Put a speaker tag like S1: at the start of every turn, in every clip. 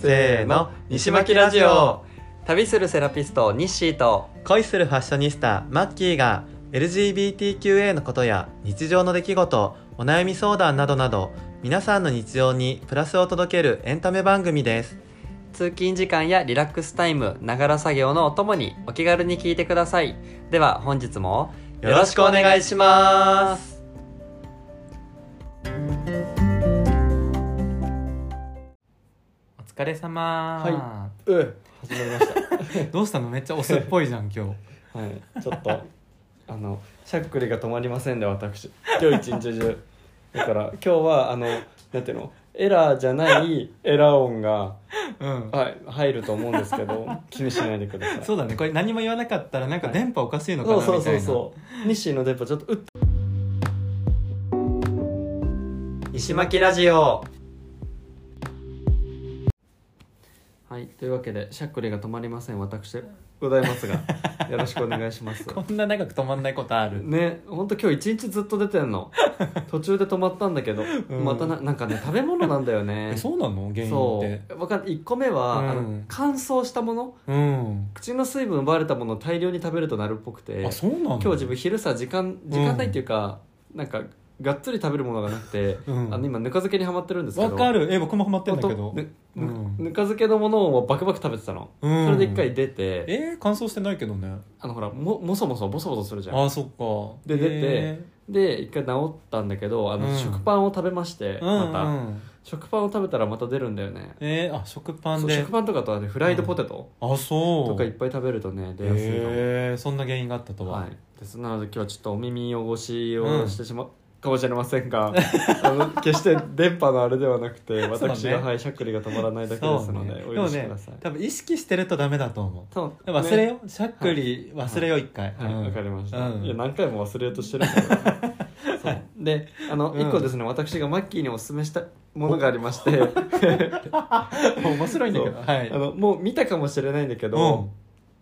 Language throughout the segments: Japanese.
S1: せーの西巻ラジオ
S2: 旅するセラピストニッシーと
S1: 恋するファッショニスタマッキーが LGBTQA のことや日常の出来事お悩み相談などなど皆さんの日常にプラスを届けるエンタメ番組です
S2: 通勤時間やリラックスタイムながら作業のお供にお気軽に聞いてくださいでは本日も
S1: よろしくお願いします
S3: お疲れ様
S1: はうん始まりまし
S3: どうしたのめっちゃオスっぽいじゃん今日
S1: たはいちょっとあのしゃっくりが止まりませんで私今日一日中だから今日はあのなんていうのエラーじゃないエラー音が、
S3: うん
S1: はい、入ると思うんですけど気にしないでください
S3: そうだねこれ何も言わなかったらなんか電波おかしいのかな
S1: そう
S3: みたい
S1: そ
S3: な
S1: うそうそう西の電波ちょっとうっ
S2: 西巻ラジオはいというわけでしゃっくりが止まりません私ございま すがよろしくお願いします
S3: こんな長く止まんないことある
S2: ねほんと今日一日ずっと出てん の途中で止まったんだけど、
S3: ん
S2: またななんかね食べ物なんだよね
S3: えそうなの原因っ
S2: そ
S3: て
S2: うわかん1個目は、
S3: うん
S2: あの乾燥したもの
S3: うん
S2: 口の水分奪われたものを大量に食べるとなるっぽくて
S3: あそうなの
S2: 今日自分昼さ時間時間ないっていうか、なんかがっつり食べるものがなくて、
S3: うん
S2: あの今ぬか漬けにはまってるんですけど
S3: わかるえ僕もハマってん
S2: 本
S3: だ
S2: 当
S3: けど
S2: ぬ
S3: う
S2: ぬ
S3: ん
S2: ぬか漬けのものをバクバク食べてたの、
S3: うん
S2: それで一回出て
S3: えー乾燥してないけどね
S2: あのほらももそもそボソボソするじゃん
S3: あーそっか
S2: で出て
S3: え
S2: で一回治ったんだけどあの、
S3: うん
S2: 食パンを食べまして、
S3: ーうん
S2: また、
S3: うん
S2: 食パンを食べたらまた出るんだよね
S3: えーあ食パン
S2: そう
S3: で
S2: 食パンとかとはねフライドポテト
S3: あそう
S2: とかいっぱい食べるとね出やすいの、
S3: えーそんな原因があったとは
S2: はい、ですなので今日はちょっとお耳汚しをしてしまう、かもしれませんが あの決して電波のあれではなくて
S3: そうだ
S2: 私
S3: ね
S2: が、はい、しゃっくりが止まらないだけですので、
S3: そうねで
S2: お許
S3: も
S2: し
S3: ね
S2: ください、
S3: 多分意識してるとダメだと思う
S2: そうね
S3: 忘れよ、しゃっくり忘れよう一回、
S2: はい、
S3: うん
S2: わかりました、
S3: うん
S2: いや何回も忘れようとして るからそうであの、
S3: うん
S2: 一個ですね私がマッキーにおすすめしたものがあり まして
S3: 面白いんだけど
S2: そう
S3: はい
S2: あのもう見たかもしれないんだけ
S3: う
S2: ど
S3: ん、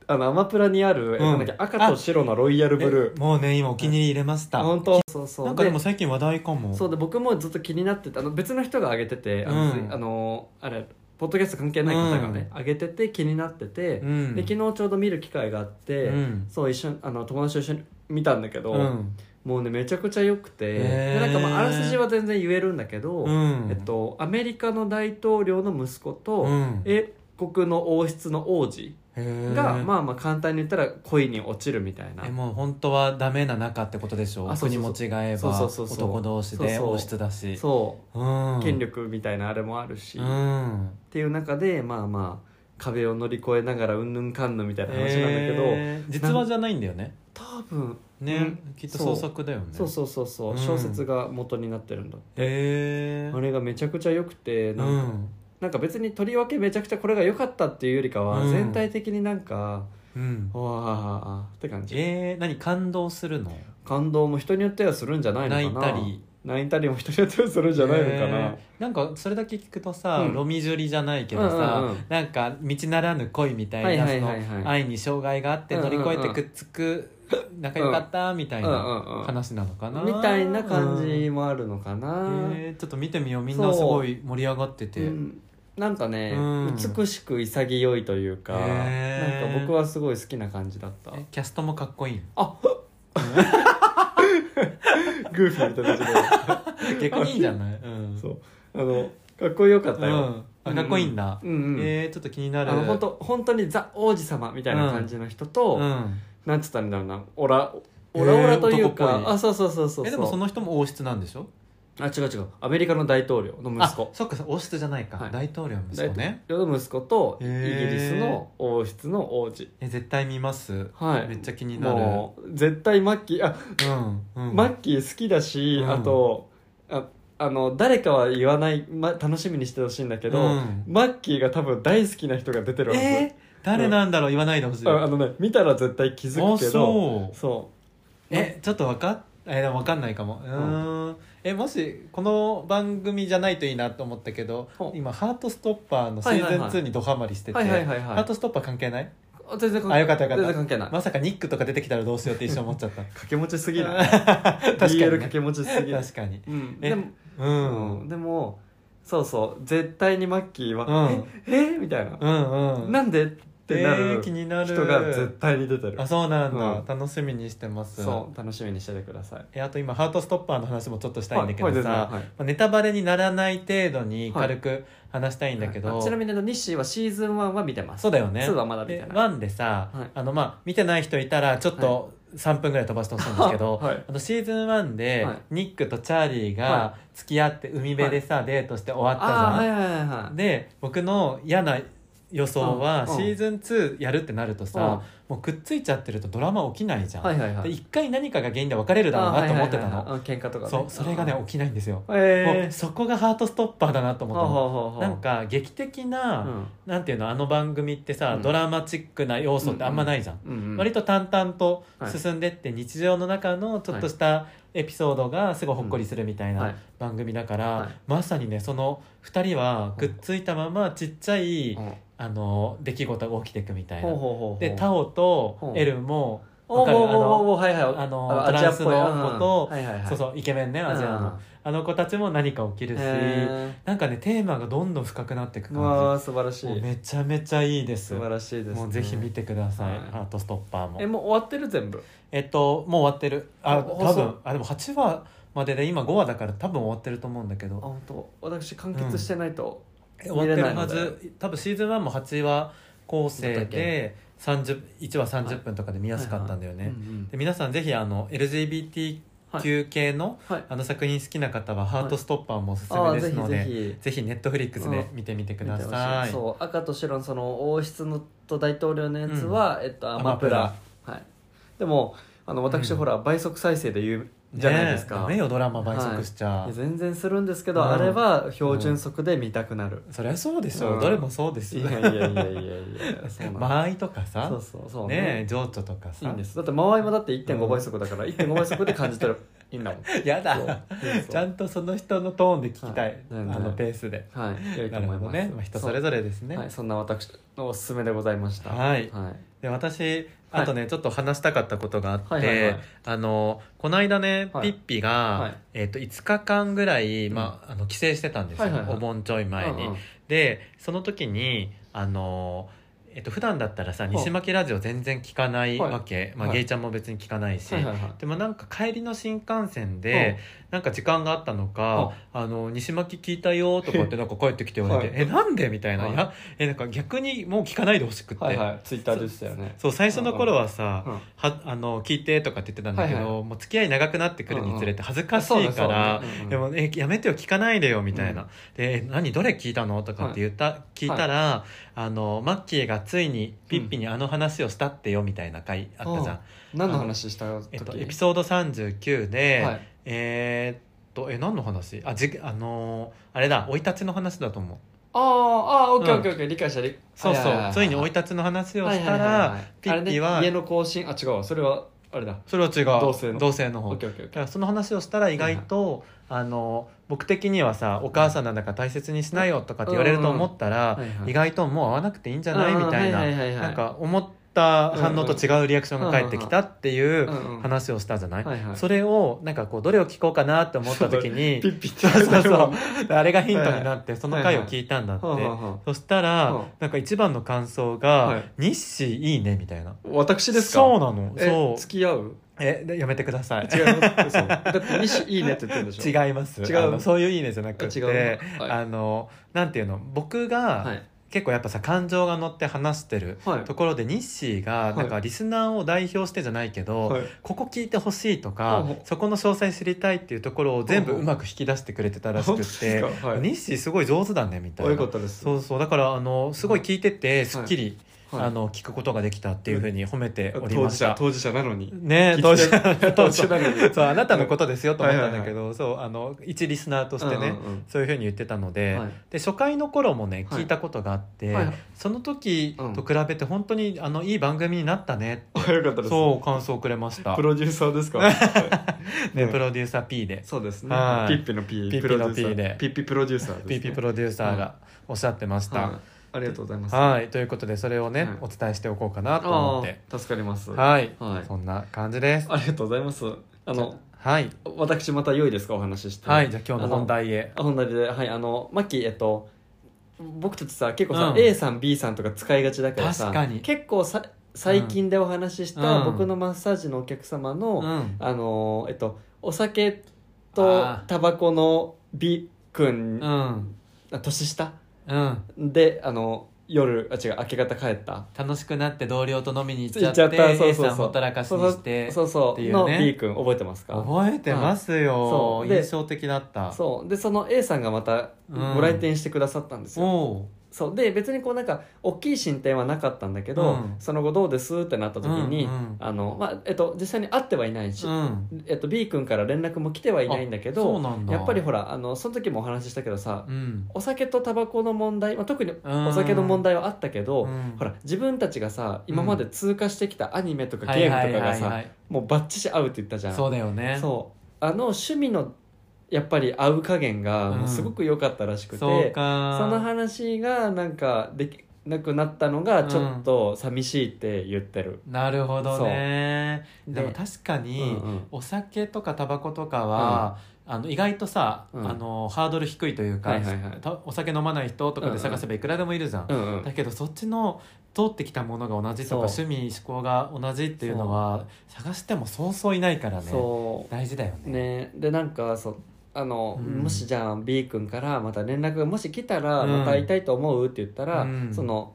S2: あのアマプラにある、え
S3: うん
S2: なんだっけ赤と白のロイヤルブル
S3: えもうね今お気に入り入れまし
S2: ー
S3: た、
S2: 本当そうそう
S3: なんかでも最近話題かも
S2: そうで僕もずっと気になっててあの別の人が上げててあの,つい、
S3: うん
S2: あのあれポッドキャスト関係ない方がね、上げてて気になってて、
S3: うん
S2: で昨日ちょうど見る機会があって、
S3: うん
S2: そう一緒にあの友達と一緒に見たんだけど、
S3: うん
S2: もうねめちゃくちゃ良くて、
S3: へー
S2: でなんかまああらすじは全然言えるんだけど、
S3: うん
S2: えっと、アメリカの大統領の息子と、
S3: うん
S2: 英国の王室の王子が、まあまあ簡単に言ったら恋に落ちるみたいな
S3: え。もう本当はダメな仲ってことでしょ
S2: あそうそう
S3: 国
S2: そ
S3: も
S2: う
S3: 違えば
S2: そうそうそうそう
S3: 男同士で
S2: そうそう
S3: 王室だし
S2: そうう、
S3: ん
S2: 権力みたいなあれもあるし、
S3: うん
S2: っていう中でまあまあ壁を乗り越えながらうんぬんかんぬんみたいな話なんだけど、
S3: えー実話じゃないんだよね
S2: 多分
S3: ね、
S2: うん
S3: きっと
S2: そう
S3: 創作だよね
S2: そうそうそうそう、
S3: うん
S2: 小説が元になってるんだって、
S3: えー
S2: あれがめちゃくちゃ良くてなん
S3: う
S2: か,、
S3: ん
S2: なんか別にとりわけめちゃくちゃこれが良かったっていうよりかは、
S3: うん
S2: 全体的になんか
S3: うん
S2: わーって感じ
S3: えー、何感動するの
S2: 感動も人によってはするんじゃないのかな
S3: 泣いたり
S2: 泣いたりも人によってはするんじゃないのかな、
S3: へーなんかそれだけ聞くとさ、
S2: うん
S3: ロミジュリじゃないけどさ、
S2: うんうんうん
S3: なんか道ならぬ恋みたいな、
S2: はいはいはいはい
S3: その愛に障害があって乗り越えてくっつく、仲良かったみたい
S2: うんうんうん
S3: な話なのかな、
S2: みたいな感じもあるのかな、
S3: うんへーちょっと見てみようみんなすごい盛り上がってて、
S2: うんなんかね、
S3: うん
S2: 美しく潔いというか、
S3: へー
S2: なんか僕はすごい好きな感じだった
S3: えキャストもかっこいい の
S2: あグーフィーみたいな感じ
S3: 逆にいいんじゃない、うん
S2: でそう あのかっこよかったよ、
S3: うんあかっこいいんだ、
S2: うんうん
S3: えーちょっと気になる
S2: あの本当本当にザ王子様みたいな感じの人と、
S3: うん、
S2: なんつったらいいんだろうなオラオ
S3: へ
S2: ラ
S3: ー
S2: オラという
S3: 男
S2: か、
S3: っぽい
S2: あそうそうそうそう
S3: えでもその人も王室なんでしょ
S2: あ違う違うアメリカの大統領の息
S3: あ
S2: 子
S3: そっか王室じゃないか、
S2: はい
S3: 大統領の息
S2: 大
S3: 子
S2: 統
S3: ね
S2: 領の息子とイギ
S3: へー
S2: リスの王室の王子
S3: え絶対見ます
S2: はい
S3: めっちゃ気になる
S2: もう絶対マッキーあ
S3: うんうん
S2: マッキー好きだし、
S3: うん
S2: あとああの誰かは言わない、ま、楽しみにしてほしいんだけど、
S3: うん
S2: マッキーが多分大好きな人が出てるはず、
S3: えー誰なんだろう言わないでほしい
S2: ああのね見たら絶対気づくけど
S3: そう
S2: そう
S3: えちょっとわかっえでもわかんないかもうーんえもしこの番組じゃないといいなと思ったけど
S2: ほう
S3: 今「ハートストッパー」のシー
S2: はい
S3: ズン
S2: はいはい
S3: 2にドハマりしてて
S2: はいはいはい
S3: ハー
S2: は
S3: トストッパー関係ない
S2: い全然関係
S3: あよかったよかった
S2: 全然関係ない
S3: まさかニックとか出てきたらどうしようって一瞬思っちゃった
S2: 掛け持ちすぎ る
S3: 確かに
S2: BL
S3: ね
S2: 掛け持ちすぎる
S3: 確かに
S2: うん
S3: え
S2: でも、
S3: う
S2: うんん、でもそうそう絶対にマッキー
S3: う
S2: は
S3: ん
S2: 「えみたいな
S3: うん
S2: 「
S3: うん
S2: なんで?」ってな
S3: えー
S2: る
S3: 気になる
S2: 人が絶対に出てる
S3: あそうなんだ、
S2: うん
S3: 楽しみにしてます
S2: そう楽しみにしててください
S3: えあと今ハートストッパーの話もちょっとしたいんだけ
S2: は
S3: ど
S2: い
S3: さ、
S2: はい全然はい
S3: まあネタバレにならない程度に軽く話したいんだけど、
S2: あちなみにあの日誌はシーズン1は見てます
S3: そうだよね
S2: 2はまだ見て
S3: で
S2: ない
S3: ワンでさ、
S2: はい
S3: あのまあ見てない人いたらちょっと3分ぐらい飛ばしてほしいんですけど、
S2: はい
S3: あのシーズン1で
S2: はい
S3: ニックとチャーリーが
S2: は
S3: 付き合って海辺でさ、デートして終わったじゃん
S2: あ、はいはいはいはい
S3: で僕の嫌な予想は
S2: うんうん
S3: シーズン2やるってなるとさ、もうくっついちゃってるとドラマ起きないじゃん、
S2: はいはいはい
S3: で一回何かが原因で別れるだろうなと思ってたの、
S2: あはいはいはいはいあ喧嘩とかね
S3: そうそれがね起きないんですよ、も
S2: え
S3: うそこがハートストッパーだなと
S2: ー
S3: 思っ
S2: は
S3: た
S2: あは
S3: の、
S2: あは
S3: な
S2: あ
S3: んか劇的な、
S2: うん
S3: なんていうのあの番組ってさ、
S2: うん
S3: ドラマチックな要素ってあんまないじゃん、
S2: うんうん
S3: 割と淡々と
S2: はい
S3: 進んでって日常の中のちょっとしたエピソードがすごいほっこりするみたい
S2: はい
S3: な番組だから、
S2: はい
S3: まさにねその2人はくっついたままちっちゃい、
S2: うん
S3: あの出来事が起きていくみたいな、
S2: ほうほうほうほう
S3: でタオと
S2: ほう
S3: エルも
S2: お
S3: わ
S2: う
S3: かる
S2: おう
S3: あの
S2: おうおうはいはい
S3: あの
S2: アジアっぽい
S3: トランスの子と
S2: うんはいはいはい
S3: そうそうイケメンねアジアの、
S2: うん
S3: あの子たちも何か起きるし、
S2: へ
S3: なんかねテーマがどんどん深くなっていく
S2: ーうわ
S3: 感
S2: ー素晴らし
S3: じもう
S2: い
S3: めちゃめちゃいいです
S2: 素晴らしいですね
S3: もうぜひ見てください、
S2: はい
S3: ハートストッパーも
S2: えもう終わってる全部
S3: えっともう終わってるあ
S2: あ
S3: 多
S2: そ
S3: 分
S2: う
S3: あでも8話までで今5話だから多分終わってると思うんだけ
S2: あ
S3: ど
S2: 本当私完結してないと
S3: え終わってるは
S2: 見れないの
S3: ず多分シーズン1も8話構
S2: ど
S3: 成
S2: うだっ
S3: で
S2: け
S3: 30 1話30分とかで見やすかったんだよね、
S2: はいはいうんうん
S3: で皆さんぜひあの LGBTQ 系の,、
S2: はい
S3: あの作品好きな方は「ハートストッパー」もおすす
S2: あ
S3: め
S2: ー
S3: で
S2: ぜ
S3: す
S2: ひ
S3: ので、
S2: ぜ
S3: ぜ
S2: ひ
S3: ひネットフリックスで見てみてくだ
S2: 見てほ
S3: さ
S2: し
S3: い。
S2: そう赤と白のその王室のと大統領のやつは、えっと、アマプ
S3: アマ
S2: ラはい、でもあの私、
S3: うん
S2: ほら倍速再生で言うじゃないですか、
S3: ねえダメよドラマ倍速しちゃ、
S2: いや全然するんですけど、
S3: うん
S2: あれは標準速で見たくなる、
S3: そりゃそうでしょ、
S2: うん
S3: どれもそうです
S2: い
S3: よ
S2: やいやいやいやいやいやそうなん
S3: 間合いとかさ
S2: そうそうそう
S3: ねえ情緒とかさ
S2: いいんですだって間合いもだって
S3: うん
S2: 1.5倍速だから、1.5倍速で感じてるいいんだも ん
S3: やだ
S2: そう
S3: ちゃんとその人のトーンで聞きたい、
S2: はいなんで
S3: あのペースで
S2: はい良いと
S3: なる
S2: 思
S3: ほ
S2: い
S3: ど
S2: ます
S3: ね、まあ、人それぞれです
S2: れ
S3: ね、
S2: はい、そんな私のおすすめでございました
S3: はい
S2: はい、
S3: で私あとね、ちょっと話したかったことがあって、
S2: はいはいはい
S3: あのこの間ね、
S2: はい
S3: ピッピが、
S2: はい
S3: えっと5日間ぐらい、まあ、あの帰省してたんですよ、
S2: はいはいはい
S3: お盆ちょい前に。
S2: うんうん
S3: でその時にあのえっと普段だったらさ
S2: い
S3: 西巻ラジオ全然聞かない
S2: はい
S3: わけ、まあ、
S2: はい
S3: ゲイちゃんも別に聞かないし、
S2: はいはいはい
S3: でもなんか帰りの新幹線でなんか時間があったのか「あの西巻聞いたよ」とかってなんか帰ってきて言われて「
S2: はい
S3: えなんで?」みたいな,、、
S2: はいい
S3: やえなんか逆にもう聞かないでほしくって、
S2: はいはいツイッターでしたよね
S3: そう最初の頃はさ、
S2: うん
S3: はあの聞いてとかって言ってたんだけど、
S2: はいは
S3: もう付き合い長くなってくるにつれて恥ずかし
S2: そう
S3: い
S2: だ
S3: か
S2: そう
S3: ら、
S2: だうんうん
S3: でも、え、やめてよ、聞かないでよ、みたいな。
S2: う
S3: で、え何、どれ聞いたのとかって言った、聞いたら、あの、マッキーがついにピッピにあの話をしたってよ、みたいな回あったじゃん。
S2: 何の話した時
S3: えっと、エピソード39で、
S2: はい
S3: えーっと、え、何の話あ、じ、あのーあれだ、生い立ちの話だと思う。
S2: ああああオッケー
S3: うん
S2: オッケーオッケー理解した理
S3: そうそう、ついに生い
S2: て
S3: 立ちの話をしたら、ピッピは
S2: 家の更新あ違うわそれはあれだ
S3: それは違う。
S2: 同性の
S3: 同性の
S2: オ
S3: 方
S2: ッ。ケーオッケーオッ
S3: だ
S2: ケ
S3: か
S2: ー
S3: らその話をしたら意外と、あの僕的にはさお母さんなんだから大切にしなよとかって言われると思ったら、
S2: うんうんはいはい
S3: 意外ともう会わなくていいんじゃない
S2: あー
S3: みたいな、
S2: はいはいはいはい
S3: なんか思った反応と違うリアクションが返ってきたっていう
S2: うんうん
S3: 話をしたじゃない、
S2: はいはい
S3: それをなんかこうどれを聞こうかなって思った時に
S2: ピッピって
S3: そうそうそう であれがヒント
S2: はいはい
S3: になってその回を聞いたんだって、
S2: はあはあは
S3: そしたら、
S2: うん
S3: なんか一番の感想
S2: は
S3: が
S2: い
S3: 「日誌いいね」みたいな。
S2: あ私ですか
S3: そうなの
S2: え
S3: そう
S2: 付き合う
S3: えでやめてください
S2: 違う嘘だって西いいねって言ってるでしょう
S3: 違います
S2: 違う
S3: あのそういういいねじゃなくて
S2: 違うのはい
S3: あのなんていうの僕
S2: は
S3: が
S2: い
S3: 結構やっぱさ感情が乗って話してる
S2: はい
S3: ところでニッシーが
S2: い
S3: なんかリスナーを代表してじゃないけど、
S2: はい
S3: ここ聞いてほしいと
S2: ほう
S3: か
S2: ほう
S3: そこの詳細知りたいっていうところを全部
S2: ほう
S3: う
S2: ほう
S3: まく引き出してくれてたらし
S2: 本当
S3: く
S2: で
S3: て、
S2: すかはい
S3: ニッシーすごい上手だねみた
S2: あ
S3: い
S2: よ
S3: な
S2: かったです
S3: そうそうだからあのすごい聞いててすっきり、
S2: はい
S3: あの聞くことができたっていうふうに褒めており
S2: 当
S3: ま
S2: 事
S3: した
S2: 者。当事者なのに
S3: ねえ当時当
S2: 当
S3: 時
S2: 事者なの に
S3: そうあなたのことですよと思ったんだ
S2: はい
S3: け
S2: はい
S3: どそうあの一リスナーとしてね、
S2: うんうんうん
S3: そういうふうに言ってたので,、
S2: はい
S3: で初回の頃もね
S2: はい
S3: 聞いたことがあって、
S2: はいはい
S3: その時と比べて本当にあのいい番組になったねって、
S2: あよかったです
S3: そう感想をくれました
S2: プロデューサーですか
S3: ね、プロデューサー P で
S2: そうですね
S3: はい
S2: ピッピの P
S3: ピッピの
S2: プロデューサー
S3: P で
S2: ピッピプロデューサーですね
S3: PP プロデューサーがおっしゃってました。
S2: は
S3: はい
S2: ありがとうございます
S3: い、ということでそれをね、
S2: はい
S3: お伝えしておこうかなと思
S2: あ
S3: って
S2: あ助かります
S3: はい、
S2: はい
S3: そんな感じです。
S2: ありがとうございますあの
S3: はい
S2: 私また良いですかお話しして
S3: はいじゃあ今日の本題へ
S2: あ本題ではいあのマッキーえっと僕たちさ結構さ、
S3: うん
S2: A さん B さんとか使いがちだからさ
S3: 確かに
S2: 結構さ最近でお話しした
S3: うん
S2: 僕のマッサージのお客様の、
S3: うん
S2: あのえっとお酒と
S3: あー
S2: タバコの B 君、
S3: うん
S2: あ年下
S3: うん
S2: であの夜あ違う明け方帰った
S3: 楽しくなって同僚と飲みに行っち
S2: 行
S3: ゃっ
S2: っち
S3: て
S2: ゃったそう
S3: A
S2: そう
S3: さん
S2: そ
S3: ほ
S2: う
S3: ったらかしにして
S2: そうそう
S3: っ
S2: そう、
S3: ていうね
S2: の B 君覚えてますか
S3: 覚えてます
S2: そ
S3: よ
S2: うで
S3: 印象的だった
S2: そうでその A さんがまた
S3: うん
S2: ご来店してくださったんですよ、
S3: おう
S2: そうで別にこうなんか大きい進展はなかったんだけど、
S3: うん
S2: その後どうですってなった時に、
S3: うんうん
S2: あのまあえっと、実際に会ってはいないし、
S3: うん
S2: えっと、B 君から連絡も来てはいないんだけ
S3: あそう
S2: ど
S3: なんだ
S2: やっぱりほらあのその時もお話ししたけどさ、
S3: うん
S2: お酒とタバコの問題、まあ、特に
S3: うん
S2: お酒の問題はあったけど、
S3: うん
S2: ほら自分たちがさ今まで通過してきたアニメとか
S3: はい
S2: ゲー
S3: は
S2: ム
S3: い
S2: とか
S3: は
S2: が
S3: い
S2: さ、
S3: はい
S2: もうバッチシ合うって言ったじゃん。
S3: そうだよね
S2: そうあの趣味のやっぱり合う加減がもうすごく良かったらしくて、
S3: そうか
S2: その話がなんかできなくなったのがちょっと寂しいって言ってる、
S3: なるほどね
S2: そう
S3: でも確か
S2: うん
S3: に
S2: うん
S3: お酒とかタバコとかは、あの意外とさ、
S2: うん
S3: あのハードル低いというか、
S2: はいはいはい
S3: たお酒飲まない人とかで探せばいくらでもいるじゃん、
S2: うんうん
S3: だけどそっちの通ってきたものが同じとか
S2: そ
S3: 趣味思考が同じっていうのは探してもそうそういないからね
S2: そ
S3: 大事だよ
S2: う
S3: ね
S2: ねでなんかそうあの、
S3: うん
S2: もしじゃあ B 君からまた連絡がもし来たら
S3: うん
S2: また会いたいと思うって言ったら、
S3: うん
S2: その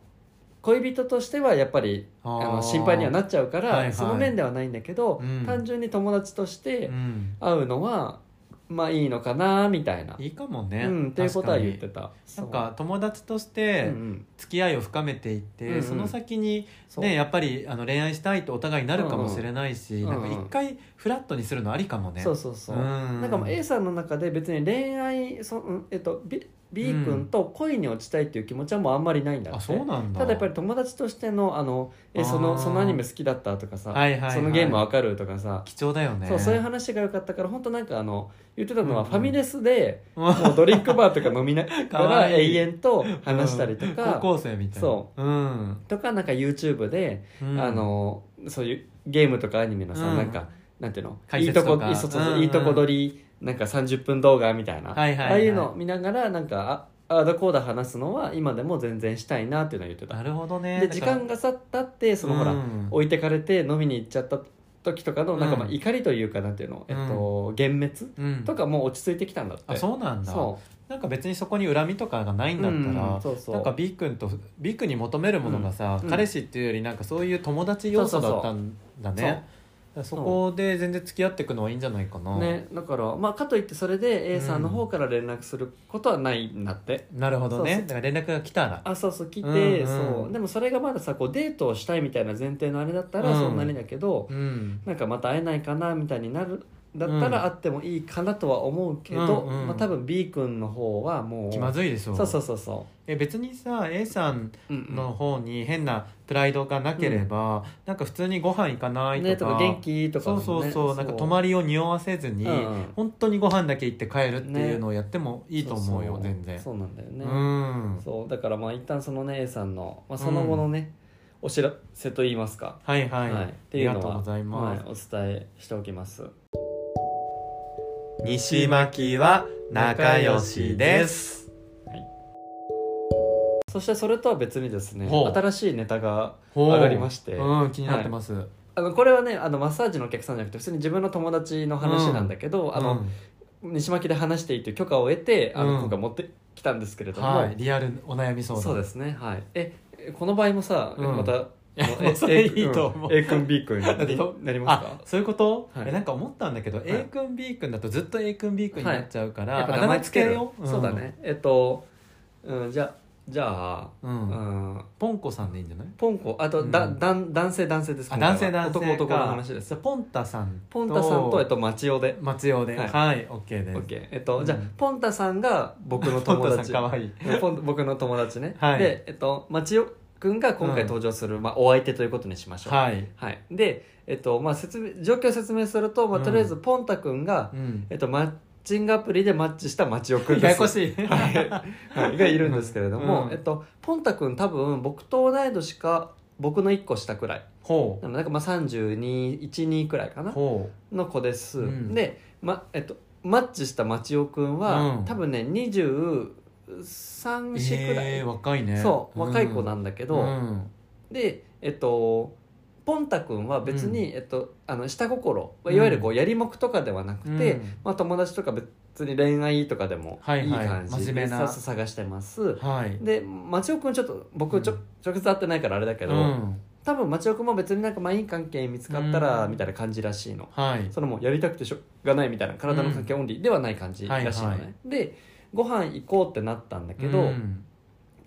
S2: 恋人としてはやっぱり
S3: あ
S2: あ
S3: ー
S2: の心配にはなっちゃうから、
S3: はいはい
S2: その面ではないんだけど、
S3: うん
S2: 単純に友達として
S3: うん
S2: 会うのはまあいいのかなみたいな。
S3: いいかもね、
S2: うん、っていうことは言って
S3: 確
S2: た。
S3: かになんか友達として付き合いを深めていって、
S2: うんうん
S3: その先に
S2: そう
S3: ね、やっぱりあの恋愛したいとお互いになるかもしれないし、
S2: うんうん
S3: なんか一回フラットにするのありかもね。
S2: そうそうそう、
S3: うん
S2: なんかもう A さんの中で別に恋愛そ、うんえっと、B, B
S3: うん
S2: 君と恋に落ちたいっていう気持ちはもうあんまりないんだ
S3: あ
S2: って、
S3: そうなんだ
S2: ただやっぱり友達としての「あのえそ
S3: あ
S2: の
S3: ー
S2: そのアニメ好きだった」とかさ、
S3: はいはいはい
S2: そのゲームわかる」とかさ、
S3: 貴重だよね
S2: そうそういう話が良かったから本当なんかあの言ってたのは
S3: うん
S2: ファミレスで、
S3: うん
S2: もうドリンクバーとか飲みなが
S3: かわ
S2: ら
S3: いい
S2: 永遠と話したりとか、
S3: 高校生みたいな、
S2: そう
S3: ん
S2: とかなんか YouTube で、
S3: うん、
S2: あのそういうゲームとかアニメのさ、
S3: うん
S2: なんかなんていうの
S3: 解
S2: いい
S3: 説
S2: と
S3: と
S2: こ
S3: か
S2: いいそうそうそう
S3: うんうん
S2: いいとこ取りなんか30分動画みたい
S3: は
S2: な、
S3: いはいはい
S2: ああいうの見ながらなんかああーだこうだ話すのは今でも全然したいなっていうのは言って
S3: な
S2: た
S3: るほどね
S2: で時間
S3: が
S2: が去ったってそのほら、
S3: うん
S2: 置いてかれて飲みに行っちゃった時とかのなんかまあ
S3: うん
S2: 怒りというかなんていうの、えっと幻滅
S3: うん、
S2: とかもう落ち着いてきたんだって
S3: あそうなんだ
S2: そ
S3: なんか別にそこに恨みとかがないんだったら、
S2: うんそうそう
S3: なんか B 君と B 君に求めるものがさ、
S2: うん
S3: 彼氏っていうよりなんかそういう友達要素だったんだ
S2: そうそう
S3: ねそこで全然付き合っていくのはいいんじゃないかな、
S2: うねだからまあかといってそれで A さんの方から連絡することはないんだって、
S3: なるほどね
S2: そうそ
S3: だ
S2: う
S3: から連絡が来たら
S2: あそうそう来て、
S3: うんうん
S2: そうでもそれがまださこうデートをしたいみたいな前提のあれだったら
S3: うん
S2: そんなにだけど、
S3: うん
S2: なんかまた会えないかなみたいになるだった
S3: う
S2: ら会ってもいいかなとは思うけど、
S3: うんうん
S2: まあ、多分 B 君の方はもう
S3: 気まずいでしょ
S2: そうそうそうそ
S3: え別にさ A さん
S2: う、うんうん
S3: の方に変なプライドがなければ、なんか普通にご飯行かない
S2: ね、
S3: と
S2: と
S3: か,、
S2: か元気とか、
S3: そう
S2: ね、
S3: そうそうなんか泊まりを匂わせずに、
S2: うんうん
S3: 本当にご飯だけ行って帰るっていうのをやってもい
S2: い
S3: いと思うよ、全然
S2: そうなんだよね、
S3: うん
S2: そうだからまあ一旦そのね A さんの、まあ、その後のね、お知らせといいますか
S3: はいはい、
S2: はいっ
S3: あ
S2: て
S3: り
S2: いう
S3: が
S2: の
S3: と
S2: は
S3: うございます、
S2: はい、お伝えしておきます
S1: 西巻は仲良しです
S2: そしてそれとは別にですね
S3: ほう
S2: 新しいネタが
S3: ほう
S2: 上がりまして
S3: うん気になってます、
S2: あのこれはねあのマッサージのお客さんじゃなくて普通に自分の友達の話なんだけど、あの西巻で話していいという許可を得てあの、
S3: うん
S2: 今回持ってきたんですけれ
S3: う
S2: ど
S3: ん
S2: も、
S3: はいリアルお悩み相談
S2: そうですねはいえこの場合もさ、
S3: うん
S2: また
S3: いや
S2: あの
S3: もうそれ
S2: A 君
S3: いいと思う
S2: A 君 B 君に
S3: だってそ
S2: なります
S3: あ
S2: か
S3: そういうこと、
S2: はい
S3: えなんか思ったんだけど、
S2: い
S3: A 君 B 君だとずっと A 君 B 君になっちゃうから、
S2: やっぱ
S3: あ
S2: 名
S3: だ
S2: 前
S3: 名
S2: つける
S3: よ、ん
S2: そうだ、ねえっと、うん、じゃじゃあ、
S3: う
S2: うんん、
S3: ポンコさんでいいんじゃない
S2: ポンコあと、
S3: うん
S2: だだん男性男性です
S3: あ
S2: 今回は
S3: 男性男性か
S2: 男男の話です
S3: じゃあポンタさん
S2: ポンタさんと、えっと、町尾で
S3: 松尾で
S2: は
S3: はいい、オッケーです
S2: オッケーえっと、
S3: うん
S2: じゃあポンタさんが僕の友達
S3: ポンタさん可愛い
S2: うんポン僕の友達ね、
S3: はい
S2: で、えっと、町尾くんが今回登場する、まあ、お相手ということにしましょうい、
S3: はい、
S2: で、えっとまあ、説明状況を説明すると、まあ、
S3: うん
S2: とりあえずポンタくんが、
S3: うん
S2: えっと、マッチングアプリでマッチした町尾くんです
S3: ややこしい
S2: はいはい、がいるんですけれども、
S3: うん
S2: えっと、ポンタくん多分僕と同い年か僕の1個下くらい
S3: ほ
S2: なのでなんかまあ3212くらいか
S3: う
S2: な
S3: ほ
S2: の子です、
S3: うん
S2: で、まえっと、マッチした町尾くんは、
S3: うん
S2: 多分ね
S3: う
S2: 234くらい、
S3: えー若いね
S2: そう若い子なんんだけ
S3: け
S2: ど、でえっとポンタくんは別に、えっと、あの下心
S3: うん
S2: いわゆるこうやりもくとかではなくて、
S3: うん
S2: まあ、友達とか別に恋愛とかでも
S3: はいい
S2: い
S3: はい
S2: 感じ
S3: 真
S2: で
S3: 面目な
S2: さ探してます
S3: はい
S2: で町尾くんちょっと僕ちょ、
S3: うん
S2: 直接会ってないからあれだけど、
S3: うん
S2: 多分町尾くんも別になんかまあいい関係見つかったら
S3: うん
S2: みたいな感じらしいの、
S3: はい
S2: そのもうやりたくてしょうがないみたいな体の関係オンリーではない感じらしいのね、
S3: はいはい
S2: でご飯行こうってなったんだけど、
S3: うん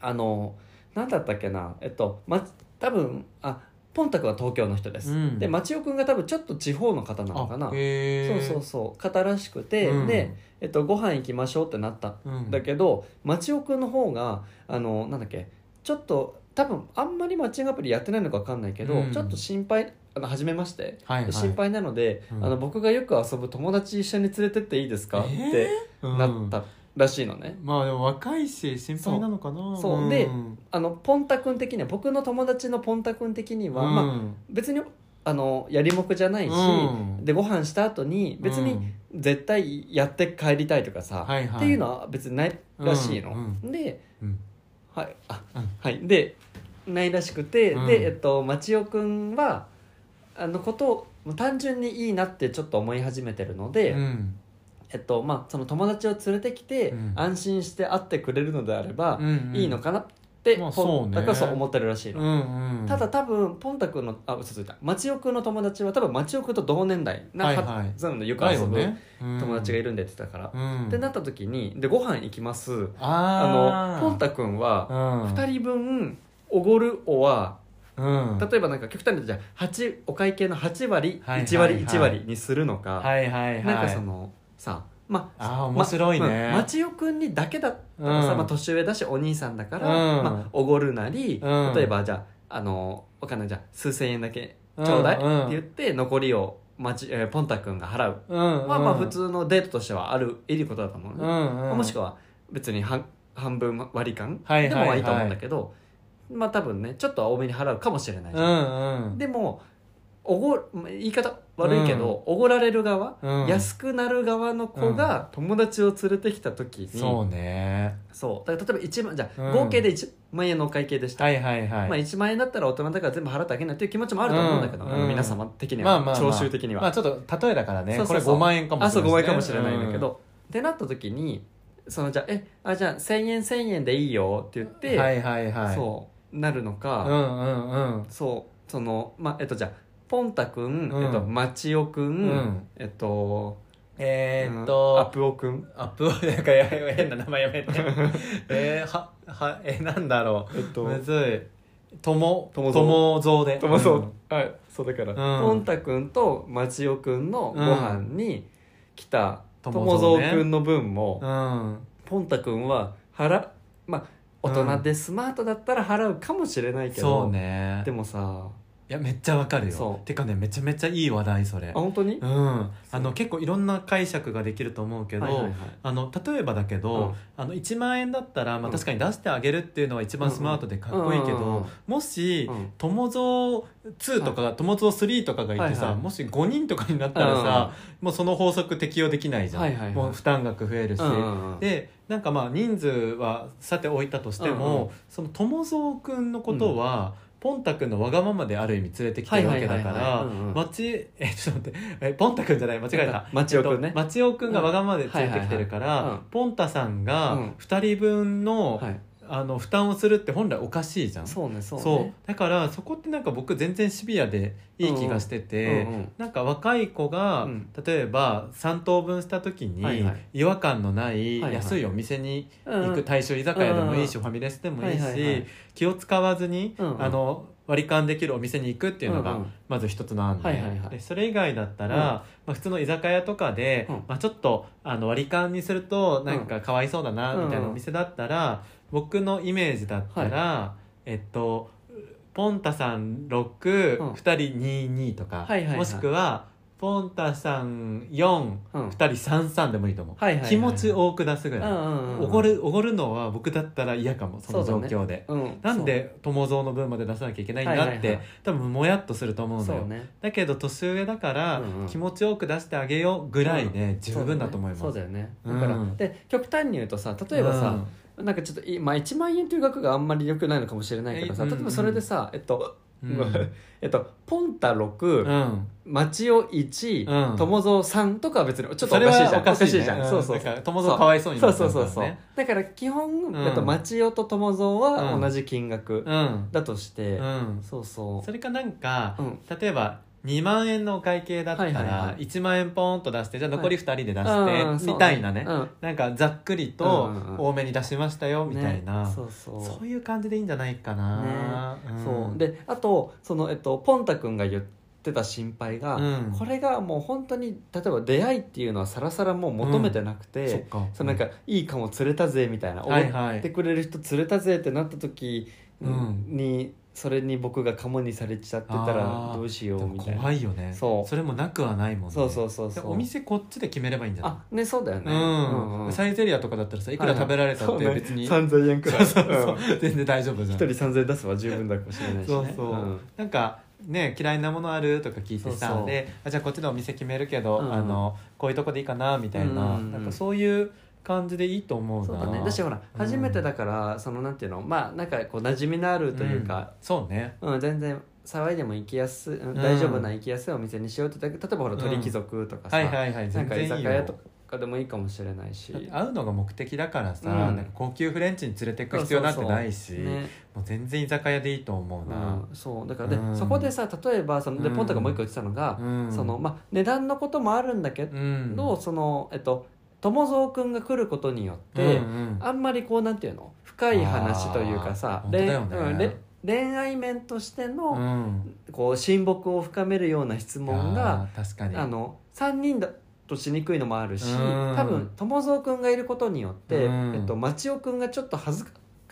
S2: あの何だったっけなえっと、ま、多分あポンタ君は東京の人です、
S3: うん
S2: で町尾君が多分ちょっと地方の方なのかな
S3: あへ
S2: そう
S3: ー
S2: そうそう方らしくて、
S3: うん
S2: で、えっと、ご飯行きましょうってなった
S3: うん
S2: んだけど、町尾君の方があのなんだっけちょっと多分あんまりマッチングアプリやってないのか分かんないけど、
S3: うん
S2: ちょっと心配あの初めまして、
S3: はいはい
S2: 心配なので、
S3: うん
S2: あの僕がよく遊ぶ友達一緒に連れてっていいですか、
S3: えー
S2: って
S3: うん
S2: なったらしいのね、
S3: まあでも若いし先輩なのかな
S2: そうで
S3: ん
S2: あのポンタ君的には僕の友達のポンタ君的には、まあ、
S3: うん
S2: 別にあのやりもくじゃないし、
S3: うん
S2: でご飯した後に別
S3: う
S2: に
S3: ん
S2: 絶対やって帰りたいとかさ、
S3: はいはい
S2: っていうのは別にないらしいの。
S3: うん
S2: で、
S3: うん
S2: はいあ
S3: うん
S2: はい、でないらしくて、
S3: うん
S2: で、えっと、町尾君はあのことをもう単純にいいなってちょっと思い始めてるので、
S3: うん
S2: えっとまあ、その友達を連れてきて、
S3: うん
S2: 安心して会ってくれるのであれば、
S3: うん
S2: いいのかなって、
S3: まあ
S2: ポ
S3: そう
S2: ンタ
S3: ね
S2: 君はそう思ってるらしいの。
S3: うんうん
S2: ただ多分ポンタ君のあ嘘ついた町尾君の友達は多分町尾君と同年代な、
S3: はいはい
S2: そうなのよく
S3: だ
S2: 遊
S3: よ
S2: ぶ、
S3: ねうん
S2: 友達がいるんでって言ってたから、
S3: うん
S2: ってなった時にでご飯行きますあ
S3: あ
S2: のポン
S3: タ
S2: タ君は2
S3: 2
S2: 人分おごるおは
S3: 人うん
S2: 例えばなんか極端に言うとじゃあ八お会計の8割
S3: はいはいはい
S2: 1割1割にするのか、
S3: はいはいはい
S2: なんかそのさまあ
S3: ああ面白い
S2: ま
S3: ね
S2: あ町尾君にだけだったらさ、
S3: うん
S2: まあ、年上だしお兄さんだから、
S3: うん
S2: まあ、おごるなり、
S3: うん
S2: 例えばじゃああのわかんないじゃあ数千円だけちょうだいっ
S3: うん
S2: て
S3: うん
S2: 言って残りを町、えーポンタ君が払う、
S3: うんうん
S2: まあまあ普通のデートとしてはあるいいことだと思う、
S3: うん
S2: ね
S3: うん
S2: まあもしくは別に半半分割り勘
S3: はい
S2: で
S3: はい
S2: も
S3: はい
S2: まあいいと思うんだけど、まあ多分ねちょっとは多めに払うかもしれないじ
S3: う
S2: ゃん
S3: んうん
S2: でもおごまあ言い方悪いけどおご、られる側、
S3: うん
S2: 安くなる側の子が友達を連れてきた時に、
S3: そうね
S2: そうだから例えば1万じゃあ、
S3: うん
S2: 合計で1万円のお会計でした、
S3: はいはいはい
S2: まあ、1万円だったら大人だから全部払ってあげないっていう気持ちもあると思うんだけど、
S3: うん
S2: あの
S3: うん
S2: 皆様的に
S3: ま
S2: は、
S3: あまあまあ
S2: 徴収的には、
S3: まあちょっと例えだからね
S2: そうそうそう
S3: これ5万円かも
S2: あ
S3: し
S2: そ
S3: れ
S2: う
S3: ない
S2: 5
S3: ね
S2: 円かもしれないんだけど、ってなった時にそのじゃあえあじゃあ1,000円1,000円でいいよって言っ
S3: うん
S2: て、
S3: はいはいはい
S2: そうなるの
S3: う
S2: か、
S3: んうんうん
S2: そうそのまあえっとじゃあポンタくん、
S3: うん
S2: えっと、町尾くん、
S3: ん
S2: えっと
S3: えーっ
S2: うんア
S3: と
S2: プオくん
S3: アップを なんかや変な名前やめてえー、ははえーなんだろ
S2: えっ
S3: う
S2: と
S3: むずいとも
S2: 友蔵
S3: 友蔵で
S2: ともそう、
S3: ん
S2: はいそうだから、
S3: うん
S2: ポンタくんと町尾くんのご飯に来た
S3: うん
S2: 友蔵くんの分も、
S3: うん
S2: ポンタくんは払まあ大人でスマートだったら払うかもしれないけど、
S3: そうね
S2: でもさ
S3: いやめっちゃわかる
S2: そ
S3: よ
S2: う
S3: てかねめちゃめちゃいい話題それ
S2: あ本当に、
S3: うんあの結構いろんな解釈ができると思うけど、
S2: はいはいはい
S3: あの例えばだけど、
S2: うん
S3: あの1万円だったら、ま
S2: う
S3: あ、
S2: ん
S3: 確かに出してあげるっていうのは一番スマートでかっこいいけど、
S2: うんうんうんうん
S3: もし、
S2: うん
S3: 友蔵2とかが友蔵3とかがいてさ、
S2: はいはい
S3: もし5人とかになったらさ、もうその法則適用できないじゃん、
S2: はいはいはい
S3: もう負担額増えるし、
S2: うんうんうん
S3: でなんかまあ人数はさておいたとしても、
S2: うんうん
S3: その友蔵くんのことは、ポンタくんのわがままである意味連れてきてるわけだか
S2: はいはいはいはいうんうん
S3: らマチえちょっと待ってえポンタくんじゃない間違えた
S2: 町尾くんね、
S3: 松尾くんがわがままでついてきてるか
S2: うんはいはいはい
S3: ら
S2: うん
S3: ポンタさん
S2: う
S3: が
S2: ん
S3: 2人分の,、
S2: はい、
S3: あの負担をするって本来おかしいじゃん
S2: そうねそうね
S3: そうだからそこってなんか僕全然シビアでいい気がしてて、
S2: うんうん
S3: なんか若い子が、
S2: うん
S3: 例えば3等分した時
S2: はい
S3: に
S2: はい
S3: 違和感のない
S2: はいはい
S3: 安いお店に
S2: うん
S3: 行く大衆居酒屋でもいいし、ファミレスでもいいし、
S2: はいはいはい
S3: 気を使わずに、
S2: うんうん
S3: あの割り勘できるお店に行くっていうのが、
S2: うんうん
S3: まず一つの案で,、
S2: はいはいはい
S3: でそれ以外だったら、
S2: うん
S3: まあ、普通の居酒屋とかで、
S2: うん
S3: まあ、ちょっとあの割り勘にするとなんかかわいそうだな
S2: うん
S3: みたいなお店だったら、僕のイメージだったら、えっとポンタさん
S2: うん
S3: 62人22とか、
S2: はいはいはい
S3: もしくはポンタさん4、
S2: うん
S3: 2人33でもいいと思う、
S2: はいはいはい
S3: 気持ち多く出すぐ
S2: うん
S3: らい、
S2: うんうん
S3: おごるおごるのは僕だったら嫌かもその状況で、
S2: うん
S3: なんで友蔵の分まで出さなきゃいけないんだって、
S2: はいはいはい
S3: 多分もやっとすると思うの
S2: そ
S3: よ、
S2: うね
S3: だけど年上だから
S2: うんうん
S3: 気持ちよく出してあげようぐらいで十分だと思います、
S2: そうだよねだから、
S3: うん
S2: で極端に言うとさ例えばさ、なんかちょっとい、まあ、1万円という額があんまり良くないのかもしれないけどさ
S3: え
S2: 例えばそれでさ、えっと、
S3: うん、うん
S2: えっと、ポンタ
S3: う
S2: 6、
S3: ん
S2: 町尾1、
S3: うん
S2: 友蔵3とかは別にちょっと
S3: そ
S2: お
S3: れ
S2: かしい
S3: は
S2: じゃん
S3: おかしいじゃん
S2: じゃん、そうそう
S3: だか
S2: そう
S3: ら友蔵かわいそうに
S2: そ
S3: な
S2: う
S3: っち
S2: そ
S3: ゃう
S2: う
S3: か
S2: そ
S3: ら
S2: うそう
S3: ね
S2: だから基本、
S3: ん
S2: えっと、町尾と友蔵は
S3: うん
S2: 同じ金
S3: う
S2: 額
S3: ん
S2: だとして、
S3: うん
S2: そうそう
S3: それかなんか、
S2: うん
S3: 例えば2万円のお会計だった
S2: はいはいは
S3: ら
S2: い
S3: 1万円ポンと出してじゃあ残り2人で出して、
S2: うんそう
S3: みたいなね、
S2: うん
S3: なんかざっくりと
S2: うんうんうん
S3: 多めに出しましたよみたいな、
S2: ねそうそう
S3: そういう感じでいいんじゃないかな、ん
S2: そうであとその、えっと、ポンタ君が言ってた心配が、
S3: うん
S2: これがもう本当に例えば出会いっていうのはさらさらもう求めてなくて、
S3: そっか
S2: そのなんかいいかも釣れたぜみたいな、
S3: はいはい
S2: おごってくれる人釣れたぜってなった時
S3: うん
S2: に、それに僕がカモにされちゃってたら
S3: あー
S2: どうしよ
S3: で
S2: う
S3: も
S2: みたいな
S3: 怖いよね
S2: そう
S3: れもなくはないもんね
S2: そうそうそうそう
S3: でお店こっちで決めればいいんじゃない
S2: あねそうだよね、
S3: うん、サイゼリアとかだったらさいくら食べられたって別に、
S2: そうね3000円くらい
S3: そうそう
S2: うん
S3: そう全然大丈夫じゃん
S2: 一人3000円出せば十分だかもしれないし、ね、
S3: そうそう、
S2: ん
S3: なんかね嫌いなものあるとか聞いてさ
S2: そうそう
S3: であじゃあこっちでお店決めるけど、
S2: うん
S3: あのこういうとこでいいかなみたいな,、
S2: うん
S3: なんかそういう感じでいいと思うな
S2: そうだねだしほら、初めてだからそのなんていうのまあなんかこう馴染みのあるという
S3: うん
S2: か、
S3: そうね
S2: うん全然騒いでも行きやすい、うん
S3: ん
S2: 大丈夫な行きやすいお店にしようってだけ例えばほら
S3: うん
S2: 鳥貴族とかさ、
S3: はいはいはい
S2: なん
S3: 全
S2: か
S3: 然いい
S2: 居
S3: よ
S2: 酒屋とかでもいいかもしれないし
S3: だって会うのが目的だからさ、
S2: うん
S3: なんか高級フレンチに連れてく必要なんてないし
S2: そうそうそうね
S3: もう全然居酒屋でいいと思うな、
S2: うん、そうだからで、
S3: うん
S2: そこでさ例えばそので
S3: うん
S2: ポンタがもう一個言ってたのが、
S3: うん
S2: そのまあ、値段のこともあるんだけど、
S3: うん
S2: そのえっと友蔵くんが来ることによって、
S3: うんうん
S2: あんまりこうなんていうの深い話というかさ
S3: あー本当だよね
S2: 恋うんれ恋愛面としての、
S3: うん
S2: こう親睦を深めるような質問が
S3: あー確かに
S2: あの3人だとしにくいのもあるし
S3: うん
S2: 多分友蔵くんがいることによって、
S3: うん
S2: えっと、町尾くんがちょっと恥ずか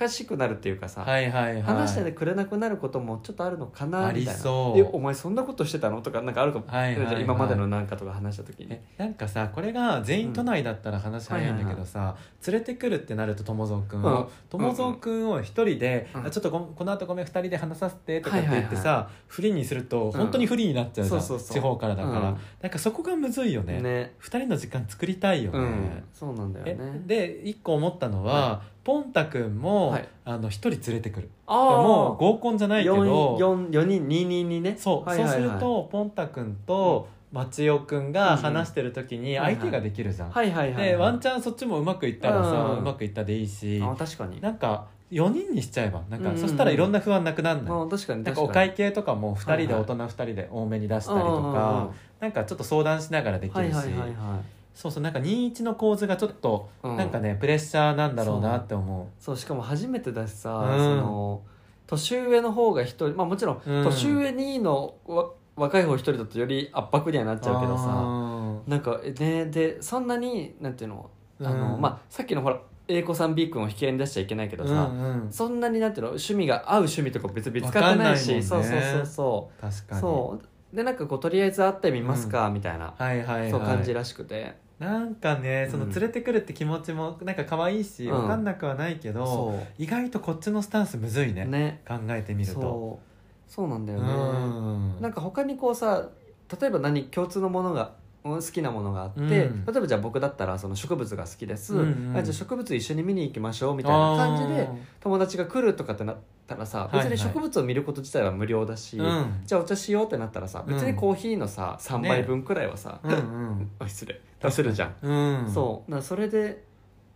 S2: しくなるっていうかさ、
S3: はいはいはい
S2: 話してくれなくなることもちょっとあるのかな
S3: あり
S2: みたいな
S3: そう
S2: でお前そんなことしてたの?」とかなんかあるかも、
S3: はいはいはい
S2: じゃあ今までのなんかとか話した時に
S3: えなんかさこれが全員都内だったら話早いんだけどさ、連れてくるってなると友蔵くん
S2: うん
S3: を友蔵くんを一人で、
S2: うん
S3: あちょっとごこの後ごめん二人で話させてとかって言ってさ、
S2: はい
S3: フリーにすると本当にフリーになっちゃうじゃん、
S2: そうそうそう
S3: 地方からだから、
S2: うん
S3: なんかそこがむずいよね
S2: ね
S3: 二人の時間作りたいよね、
S2: うんそうなんだよ
S3: え
S2: ね
S3: で一個思ったのは、ポンタくんも、
S2: はい
S3: あの一人連れてくる
S2: あー
S3: もう合コンじゃないけど
S2: 4, 4人222ね
S3: そう、
S2: はいはいはい
S3: そうするとポンタ君と町代君が話してる時に
S2: うんうん
S3: 相手ができるじゃん、
S2: はいはいはい、
S3: でワン
S2: チ
S3: チャンそっちもうまくいったらさ、
S2: う
S3: うんまくいったでいいし
S2: ャンあ確かに
S3: なんか4人にしちゃえばなんか、
S2: うんうん
S3: そしたらいろんな不安なくなんない、
S2: あ確かに確かに
S3: なんかお会計とかも2人で
S2: はい
S3: 大
S2: は
S3: 人2人で多めに出したりとか、なんかちょっと相談しながらでき
S2: は
S3: る
S2: い
S3: し、
S2: はいはいは
S3: そうそうなんか21の構図がちょっと、
S2: い、うん
S3: なんかねプレッシャーなんだろうなって思
S2: そうしかも初めてだしさ、
S3: うん
S2: その年上の方が一人まあもちろん、
S3: うん
S2: 年上2位のわ若い方一人だとより圧迫にはなっ
S3: う
S2: ちゃうけどさ
S3: あ
S2: なんかえねでそんなになんていうのあの、
S3: うん
S2: まあさっきのほら A 子さん B 君を引き合いに出しちゃいけないけ
S3: ー
S2: どさ、
S3: うんうん
S2: そんなになんていうの趣味が合う趣味とか別に見つかってないし
S3: わかんない
S2: そ
S3: も
S2: う
S3: ね
S2: んそうそうそ
S3: 確
S2: う
S3: かに
S2: そうでなんかこうとりあえず会ってみますか、みたいな、
S3: はいはいはい
S2: そう感じらしくて
S3: なんかねその
S2: うん
S3: 連れてくるって気持ちもなんか可愛いし、
S2: うん
S3: わかんなくはないけど、
S2: そ
S3: 意外とこっちのスタンスむずいうね
S2: ね
S3: 考えてみると
S2: そうそうなんだ
S3: う
S2: よね、
S3: ん
S2: なんか他にこうさ例えば何共通のものがうん好きなものがあって、
S3: うん
S2: 例えばじゃあ僕だったらその植物が好きです、
S3: うんうん
S2: あじゃあ植物一緒に見に行きましょうみたいな感じで友達が来るとかってなったらさ
S3: はいは
S2: 別
S3: い
S2: に植物を見ること自体は無料だし、
S3: うん
S2: じゃあお茶しようってなったらさ別にコーヒーのさ3
S3: ね
S2: 杯分くらいはさ、
S3: うん
S2: あ失礼出せるじゃん、
S3: うんうん
S2: そうだからそれで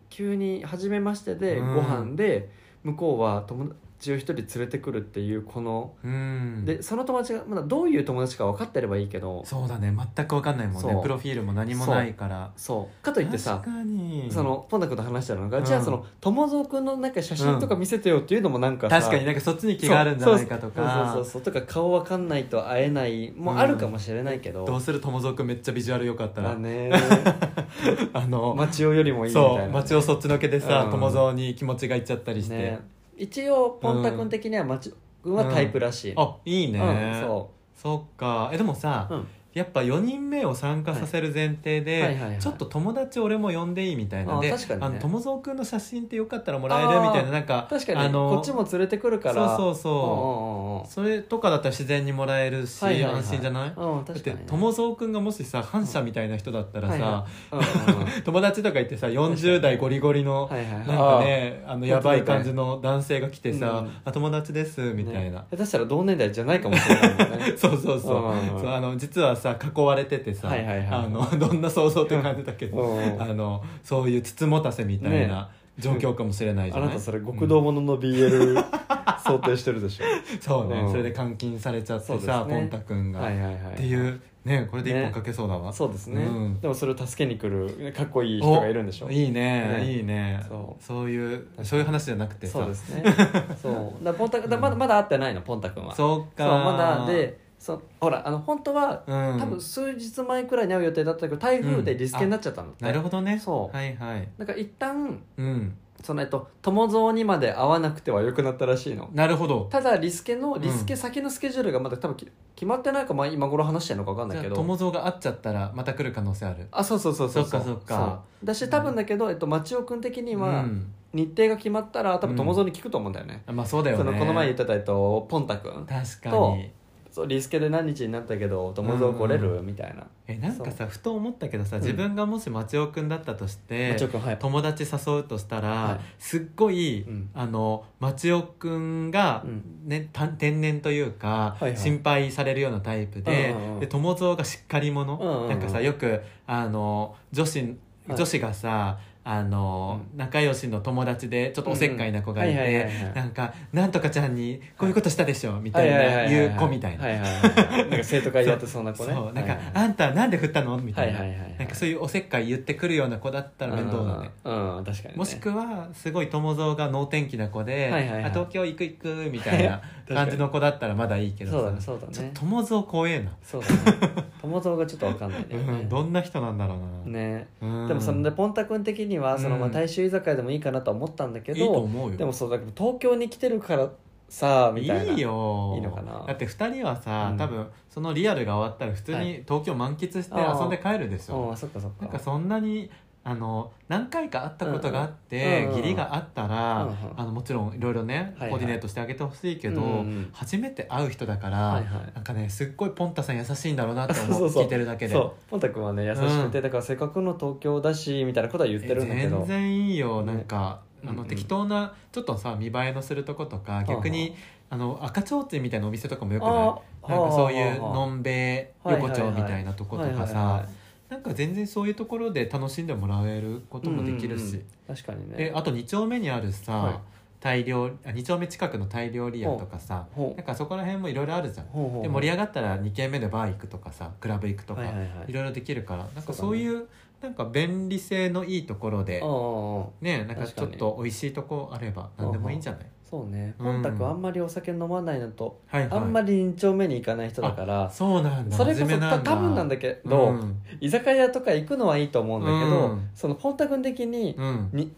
S2: 急に初めましてで
S3: うん
S2: ご飯で向こうは友達を一人連れてくるっていうこの
S3: うん
S2: でその友達がまだどういう友達か分かってればいいけど
S3: そうだね全くわかんないもん
S2: そ
S3: ね
S2: う
S3: プロフィールも何もないから
S2: そうかといってさ
S3: 確かに
S2: そのポンタ君と話したのが、
S3: うん
S2: じゃあその友蔵君のなんか写真とか見せてよっていうのもなんかさ
S3: 確かになんかそっちに気があるんじゃないかとか
S2: そうそうそうそうとか顔分かんないと会えないもあるかもしれないけど、
S3: どうする友蔵くんめっちゃビジュアル良かった
S2: だ
S3: ら
S2: ね
S3: あの
S2: 町尾よりもいいみたいな
S3: そ
S2: ね、
S3: う町をそっちのけで
S2: う
S3: さ
S2: ん
S3: 友蔵に気持ちがいっちゃったりして、
S2: ね一応ポンタ君的には町尾君はタイプらしい、
S3: あいいね、
S2: うんそ
S3: そっかえでもさ、
S2: うん
S3: やっぱ4人目を参加させる前提で、
S2: はいはいはいはい
S3: ちょっと友達俺も呼んでいいみたいなので
S2: あ確かにね
S3: あの友蔵君の写真ってよかったらもらえるみたいななんか
S2: 確かに、
S3: あの
S2: こっちも連れてくるから
S3: そうそうそそ
S2: そう
S3: れとかだったら自然にもらえるし、
S2: はいはいはい
S3: 安心じゃない
S2: うんうんうんうん
S3: だっ
S2: 確か
S3: て
S2: にね
S3: 友蔵君がもしさ反社みたいな人だったらさ、
S2: はいはいうんうんうん
S3: 友達とか言ってさ40代ゴリゴリの、
S2: はいはいはい
S3: なんかねあのやばい感じの男性が来て
S2: う
S3: さ
S2: ん
S3: 「あ友達です」みたいな
S2: ね、下手したら同年代じゃないかもしれないもんね
S3: そうそうそう
S2: うん
S3: そうあの実はさ囲われててさ、
S2: はいはいはい
S3: あのどんな想像って感じだけど、
S2: うん
S3: あのそういうつつもたせみたいな状況かもしれないじゃ
S2: あ
S3: ない、
S2: なたそれ極道
S3: うん
S2: ものの BL 想定してるで しょ
S3: そうね、
S2: うん
S3: それで監禁されちゃって
S2: そうです
S3: さ、
S2: ね
S3: ポンタくんが、
S2: はいはいはい
S3: っていうねこれで一
S2: ね
S3: 本かけそうだわ、
S2: そうですね、
S3: うん
S2: でもそれを助けに来るかっこいい人がいるんでしょ
S3: おいいね
S2: ね
S3: いいね
S2: そ
S3: そういうそういう話じゃなくてさ
S2: そうで すねそうだポンタだまだまだ会ってないのポンタ君は
S3: そうか
S2: そうまだでそうほらあの本当は、
S3: うん
S2: 多分数日前くらいに会う予定だったけど台風でリスケになっちゃったの、
S3: なるほどね
S2: そう
S3: はいはい
S2: なんか一旦
S3: うん
S2: そのえっと友蔵にまで会わなくてはよくなったらしいの
S3: なるほど
S2: ただリスケのリスケ先のスケジュールがまだ多分き決まってないか、まあ、今頃話してるのか分かんないけ
S3: じゃあ
S2: ど
S3: 友蔵が会っちゃったらまた来る可能性ある
S2: あそうそうそうそう
S3: そっかそっか
S2: そうだし多分だけど、えっと、町尾君的には
S3: うん
S2: 日程が決まったら多分友蔵に聞くと思うんだよね、
S3: あまあそうだよね
S2: そのこの前言ってた、えっと、ポンタ君
S3: 確か
S2: と
S3: に
S2: そうリスケで何日になったけど友蔵来れる、みたいな
S3: えなんかさふと思ったけどさ自分がもし町尾君だったとして、
S2: 町尾君はい
S3: 友達誘うとしたら、
S2: はい
S3: すっごい、
S2: うん
S3: あの町尾君が
S2: う、ん
S3: ねた天然というか、
S2: はいはい
S3: 心配されるようなタイプで,、
S2: うんうんうん
S3: で友蔵がしっかり者、
S2: うんうんうん
S3: なんかさよくあの女子
S2: はい
S3: 女子がさ、あの仲良しの友達でちょっとおせっかいな子がい
S2: うんうんはい
S3: て
S2: はいはいはい
S3: なんか「なんとかちゃんにこういうことしたでしょ」みたい
S2: ははは
S3: な
S2: は
S3: 言う子みたいな
S2: は。ははいはいなんか生徒会やってそうな子ね
S3: そうなんか、
S2: はいはい
S3: あんたなんで振ったのみたいな、
S2: はいはいはいはい
S3: なんかそういうおせっかい言ってくるような子だったら面倒だね。
S2: うんうん確かにね
S3: もしくはすごい友蔵が能天気な子で、
S2: はいはいはい
S3: あ東京行く行くみたい な
S2: かに
S3: 感じの子だったらまだいいけど
S2: そうだねそうだね
S3: ちょっと友蔵怖えな、
S2: そうだね友蔵がちょっと分かんないんだ
S3: う
S2: よね
S3: ん、どんな人なんだろうな、
S2: ね
S3: うん
S2: でもそのでポンタ君的にはそのまあ
S3: うん
S2: 大衆居酒屋でもいいかなとは思ったんだけ
S3: いいと
S2: ど
S3: 思うよ
S2: でもそうだけど東京に来てるからさみたいない
S3: よ
S2: いいのかな
S3: だって2人はさ、
S2: うん
S3: 多分そのリアルが終わったら普通
S2: は
S3: に東京満喫して
S2: あー
S3: 遊んで帰るでしょ、
S2: うんそっかそっか
S3: なんかそんなにあの何回か会ったことがあって、
S2: うんうん
S3: 義理があったら、
S2: うんうん
S3: あのもちろんいろいろね、
S2: はいはい
S3: コーディネートしてあげてほしいけど、
S2: うんうん
S3: 初めて会う人だから、
S2: はいはい
S3: なんかねすっごいポンタさん優しいんだろうなって
S2: そう
S3: 思う
S2: そうそう
S3: 聞いてるだけで
S2: そうポンタ君はね優しくて、
S3: うん
S2: だからせっかくの東京だしみたいなことは言ってるんだけ
S3: え
S2: ど
S3: 全然いいよ
S2: ね
S3: なんか、あ
S2: うんう
S3: の
S2: ん
S3: 適当なちょっとさ見栄えのするとことか
S2: はあ
S3: 逆にあの赤ちょうちんみたいなお店とかもよくない
S2: あ
S3: なんかそういうの
S2: の
S3: んべい横丁みたいなとことかさなんか全然そういうところで楽しんでもらえることもできるし。
S2: 確かにね
S3: であと2丁目にあるさ、
S2: はい
S3: タイ料あ2丁目近くのタイ料理屋とかさ
S2: ほ
S3: なんかそこら辺もいろいろあるじゃん
S2: うほうほう
S3: で盛り上がったら2軒目でバー行くとかさクラブ行くとか、
S2: はい
S3: い
S2: はいはい
S3: ろいろできるからなんか
S2: そ
S3: そう
S2: だ
S3: う
S2: ね
S3: いうなんか便利性のいいところで
S2: うんうんうん
S3: ねなんか
S2: 確
S3: ち
S2: か
S3: ょ
S2: に
S3: っと美味しいとこあれば何でもいいんじゃない
S2: そうね
S3: うん
S2: ポンタ君あんまりお酒飲まないのと、
S3: はいはい
S2: あんまり2丁目に行かない人だから
S3: そうなんだ
S2: それこ
S3: 真面
S2: そ
S3: 目
S2: た多分なんだけど、
S3: うん
S2: 居酒屋とか行くのはいいと思うんだけど、
S3: うん
S2: そのポンタ君的に
S3: うん
S2: に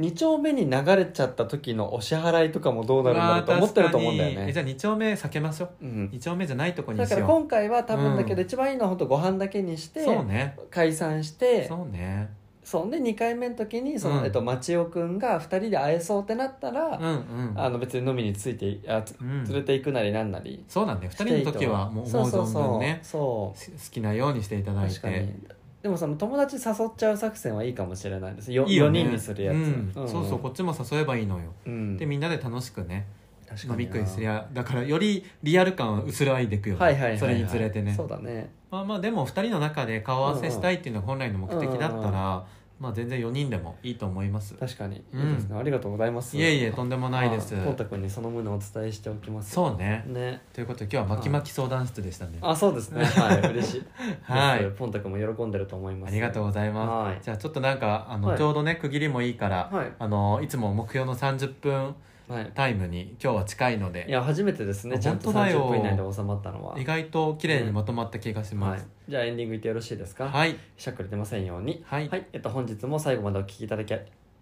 S2: 2丁目に流れちゃった時のお支払いとかもどうなるんだろうと思ってると思うんだよ
S3: わあ確かにえ
S2: ね
S3: じゃあ2丁目避けましょう
S2: うん
S3: 2丁目じゃないとこに
S2: だ
S3: し
S2: から
S3: よ
S2: 今回は多分だけど
S3: う
S2: 一番いいのは本当ご飯だけにし
S3: う
S2: て
S3: そうね
S2: 解散して
S3: そうね
S2: そんで2回目の時にその、
S3: うん
S2: えっと、町尾くんが2人で会えそうってなった
S3: うん
S2: ら、
S3: うん
S2: あの別に飲みについてあつ
S3: うん
S2: 連れて行くなりなんなり、
S3: そうなんだよ2人の時はもう思う
S2: そう
S3: 存分ね
S2: そう
S3: し好きなようにしていた
S2: そう
S3: だい
S2: 確かに
S3: て
S2: でもその友達誘っちゃう作戦はいいかもしれないですよ
S3: いいよ
S2: 4
S3: ね
S2: 人にするやつ、
S3: うん
S2: ん
S3: そうそうこっちも誘えばいいのよ
S2: うん
S3: でみんなで楽しくね
S2: 確
S3: 飲
S2: かに
S3: み食いすりゃだからよりリアル感を薄らいでいくよ
S2: はいはいはいは
S3: ね
S2: い
S3: それにつれてね
S2: そうだね
S3: まあまあでも2人の中で顔合わせしたいっていうのが本来の目的だっ
S2: うんう
S3: た
S2: ん
S3: らまあ全然4人でもいいと思います
S2: 確かに、
S3: うん
S2: いいですねありがとうございます
S3: いえいえとんでもないです
S2: ポンタ君にその旨をお伝えしておきます
S3: そうね
S2: ね
S3: ということで今日は巻き巻き相談室でしたね
S2: あそうですねはい嬉しい
S3: はい
S2: ですポンタ君も喜んでると思います
S3: ありがとうございます、
S2: はい
S3: じゃあちょっとなんかあの、
S2: はい
S3: ちょうどね区切りもいいから、
S2: はい
S3: あのいつも目標の30分
S2: はい、
S3: タイムに今日は近いの
S2: い
S3: で
S2: や初めてですね
S3: あ
S2: ちゃんと
S3: 本当だよ
S2: 30分以内で収まったのは
S3: 意外と綺麗にまとまった気がし
S2: は
S3: ま
S2: い
S3: す、、
S2: じゃあエンディングいってよろしいですか、
S3: はい
S2: しゃくれてませんように
S3: はい
S2: はい、えっと、本日も最後までお聞きいただき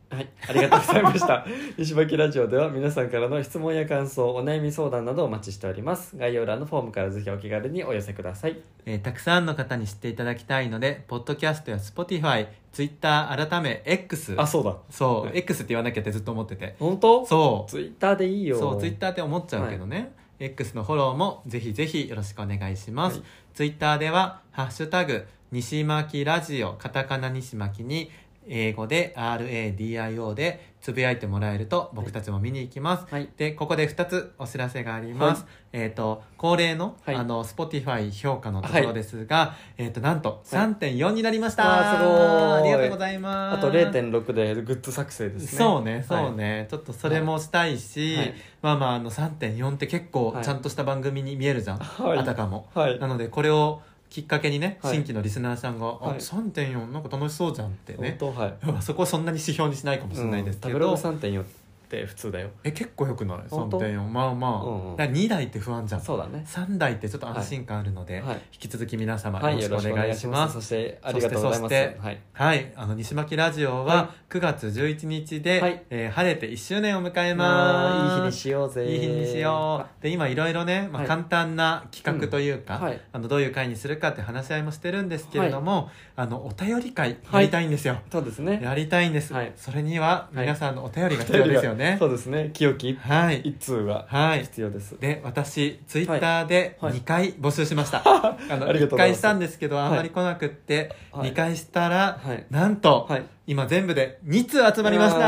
S2: はい、ありがとうございました。 西巻ラジオでは皆さんからの質問や感想、お悩み相談などをお待ちしております。概要欄のフォームからぜひお気軽にお寄せください。
S3: えーたくさんの方に知っていただきたいのでポッドキャストや Spotify、Twitter 改め X
S2: あ、そうだ。
S3: そう、
S2: はい
S3: X って言わなきゃってずっと思ってて
S2: 本当
S3: そう
S2: ツイッターでいいよ。
S3: そうツイッターって思っちゃうけどね、X のフォローもぜひぜひよろしくお願いします、
S2: はい
S3: ツイッターでは「ハッシュタグ西巻ラジオ」カタカナ西巻に英語で RADIO でつぶやいてもらえると僕たちも見に行きます、
S2: はい。
S3: でここで2つお知らせがあります、えっ、と恒例の,、
S2: はい
S3: あの Spotify 評価のところですが、えっ、となんと
S2: はい
S3: 3.4になりました、
S2: わあすごい
S3: ありがとうございます
S2: あと0.6でグッズ作成ですね。
S3: そうねそうね、ちょっとそれもしたいし、
S2: はい
S3: まあまああの3.4って結構
S2: はい
S3: ちゃんとした番組に見えるじゃん、
S2: はい
S3: あたかも、
S2: はい。
S3: なのでこれをきっかけにね、
S2: はい
S3: 新規のリスナーさんが「
S2: は
S3: あ
S2: い
S3: 3.4なんか楽しそうじゃん」って
S2: 本
S3: ね、
S2: 当はい。
S3: そこはそんなに指標にしないかもしれないですけ
S2: うん食べ
S3: ど、
S2: ログ3.4って普通だよ。
S3: え結構よくない
S2: 本当
S3: 3.4まあまあ、
S2: うんうん
S3: だから2台って不安じゃん
S2: そうだね。
S3: 3台ってちょっと安心感あるので、
S2: はい。
S3: 引き続き皆様
S2: は
S3: よ
S2: い、
S3: ろし
S2: よ
S3: く
S2: ろ
S3: お
S2: しくお願
S3: 願
S2: い
S3: い
S2: し
S3: し
S2: ま。
S3: ますす
S2: そして、ありがとうござい
S3: そし
S2: ます。
S3: てそして
S2: はい。
S3: はい、あの西巻ラジオ
S2: は
S3: は9月11日で、
S2: はい
S3: えー晴れて1周年を迎え
S2: まあいい日
S3: ま
S2: に
S3: す。
S2: しようぜ。
S3: いい日にしよう。で今いろいろね、ま
S2: は
S3: あ、
S2: い
S3: 簡単な企画というか、
S2: はい。
S3: あのどういう会にするかって話し合いもしてるんですけれども、あのお便り会やりたいんですよ。
S2: そうですね。
S3: やりたいんです、
S2: はい
S3: それには
S2: はい
S3: 皆さんのお便りが必要ですよね
S2: そ。うですね。清き
S3: はい、
S2: 一通が
S3: はい、
S2: 必要です。
S3: で私ツイッターで
S2: はい
S3: 2回募集しま した、あの
S2: あ
S3: 1
S2: りがとうござ
S3: 回
S2: います
S3: したんですけど
S2: はい
S3: あんまり来なくって、
S2: はい
S3: 2回したら、
S2: はい。
S3: なんと、
S2: はい。
S3: 今全部で2通集まりました
S2: う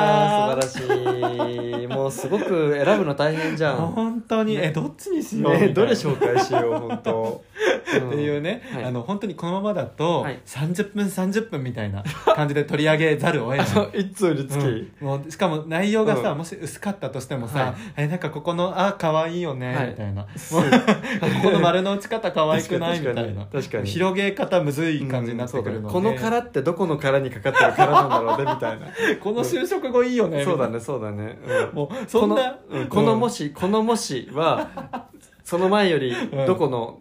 S2: わー素晴らしい。もうすごく選ぶの大変じゃん。
S3: 本当に、
S2: ね
S3: えどっちにしようみたい
S2: ね、
S3: な
S2: どれ紹介しよう、本当。
S3: っていうね、
S2: はい
S3: あの本当にこのままだと
S2: はい
S3: 30分30分みたいな感じで取り上げざるを得 ない
S2: あの一通につき、
S3: うんもうしかも内容がさ、
S2: うん
S3: もし薄かったとしてもさ、
S2: はい
S3: えなんかここの「あ可愛いよね」
S2: はい
S3: みたいな、もう ここの丸の打ち方可愛くないみ
S2: 確
S3: た
S2: かに
S3: いな
S2: 確かに
S3: 広げ方むずい感じになってくるので、
S2: うんそうだねこの殻ってどこの殻にかかってる殻なんだろうねみたいな
S3: この就職後いいよね、みた
S2: そ
S3: いうな
S2: だねそうだね、うん
S3: もうそんな
S2: この,、うんこのも
S3: し、
S2: し、このもしはその前より
S3: ん
S2: どこの、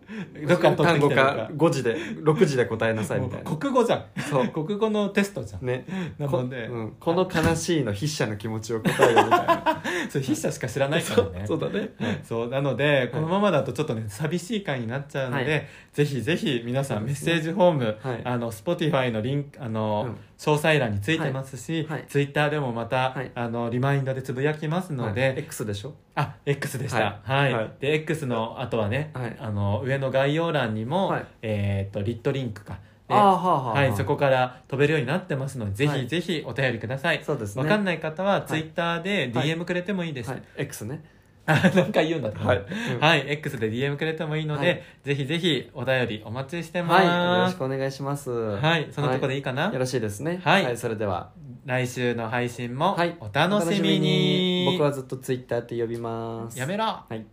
S3: どっから取って
S2: 単
S3: き
S2: 語
S3: てる
S2: か
S3: か
S2: 5時で6時で答えなさい
S3: も
S2: み
S3: う
S2: たいな
S3: 国語じゃん
S2: そう
S3: 国語のテストじゃん
S2: ね
S3: な
S2: こ,、
S3: ので、
S2: うん、この悲しいの筆者の気持ちを答えようみたいな
S3: そう筆者しか知らないからね
S2: そうだね
S3: そうなのでこのままだとちょっとね寂しい回になっちゃうので、
S2: は
S3: ぜひぜひ皆さん
S2: そ
S3: メ
S2: うで
S3: ッ
S2: すね
S3: セージフォーム、
S2: はい
S3: あの Spotify のリンクあの、
S2: うん
S3: 詳細欄についてますし、
S2: はいはい
S3: Twitter でもまた、
S2: はい
S3: あのリマインドでつぶやきますので、
S2: はい X でしょ
S3: あ X でした
S2: は
S3: はいい、
S2: はい
S3: で X のあとはね、
S2: はい
S3: あの上の概要欄にも、
S2: はい
S3: えっとリットリンクかで
S2: ああはあはあ
S3: はい、そこから飛べるようになってますので、ぜ
S2: は
S3: ひ
S2: い
S3: ぜひお便りください。
S2: そうですね
S3: わかんない方は、ツイッターで
S2: はい
S3: DM くれてもいいです。
S2: はい X ね
S3: あ なんか言うんだって。
S2: はいうん
S3: はい、X で DM くれてもいいので、
S2: はい
S3: ぜひぜひお便りお待ちして
S2: はいよろ
S3: ま
S2: し
S3: す。
S2: くお願いします
S3: はい、そのとこでいいかな、
S2: よろしいですね
S3: はい
S2: それでは
S3: 来週の配信も
S2: はい
S3: お楽しみに。
S2: 僕はずっと Twitter って呼びます
S3: やめろ
S2: はい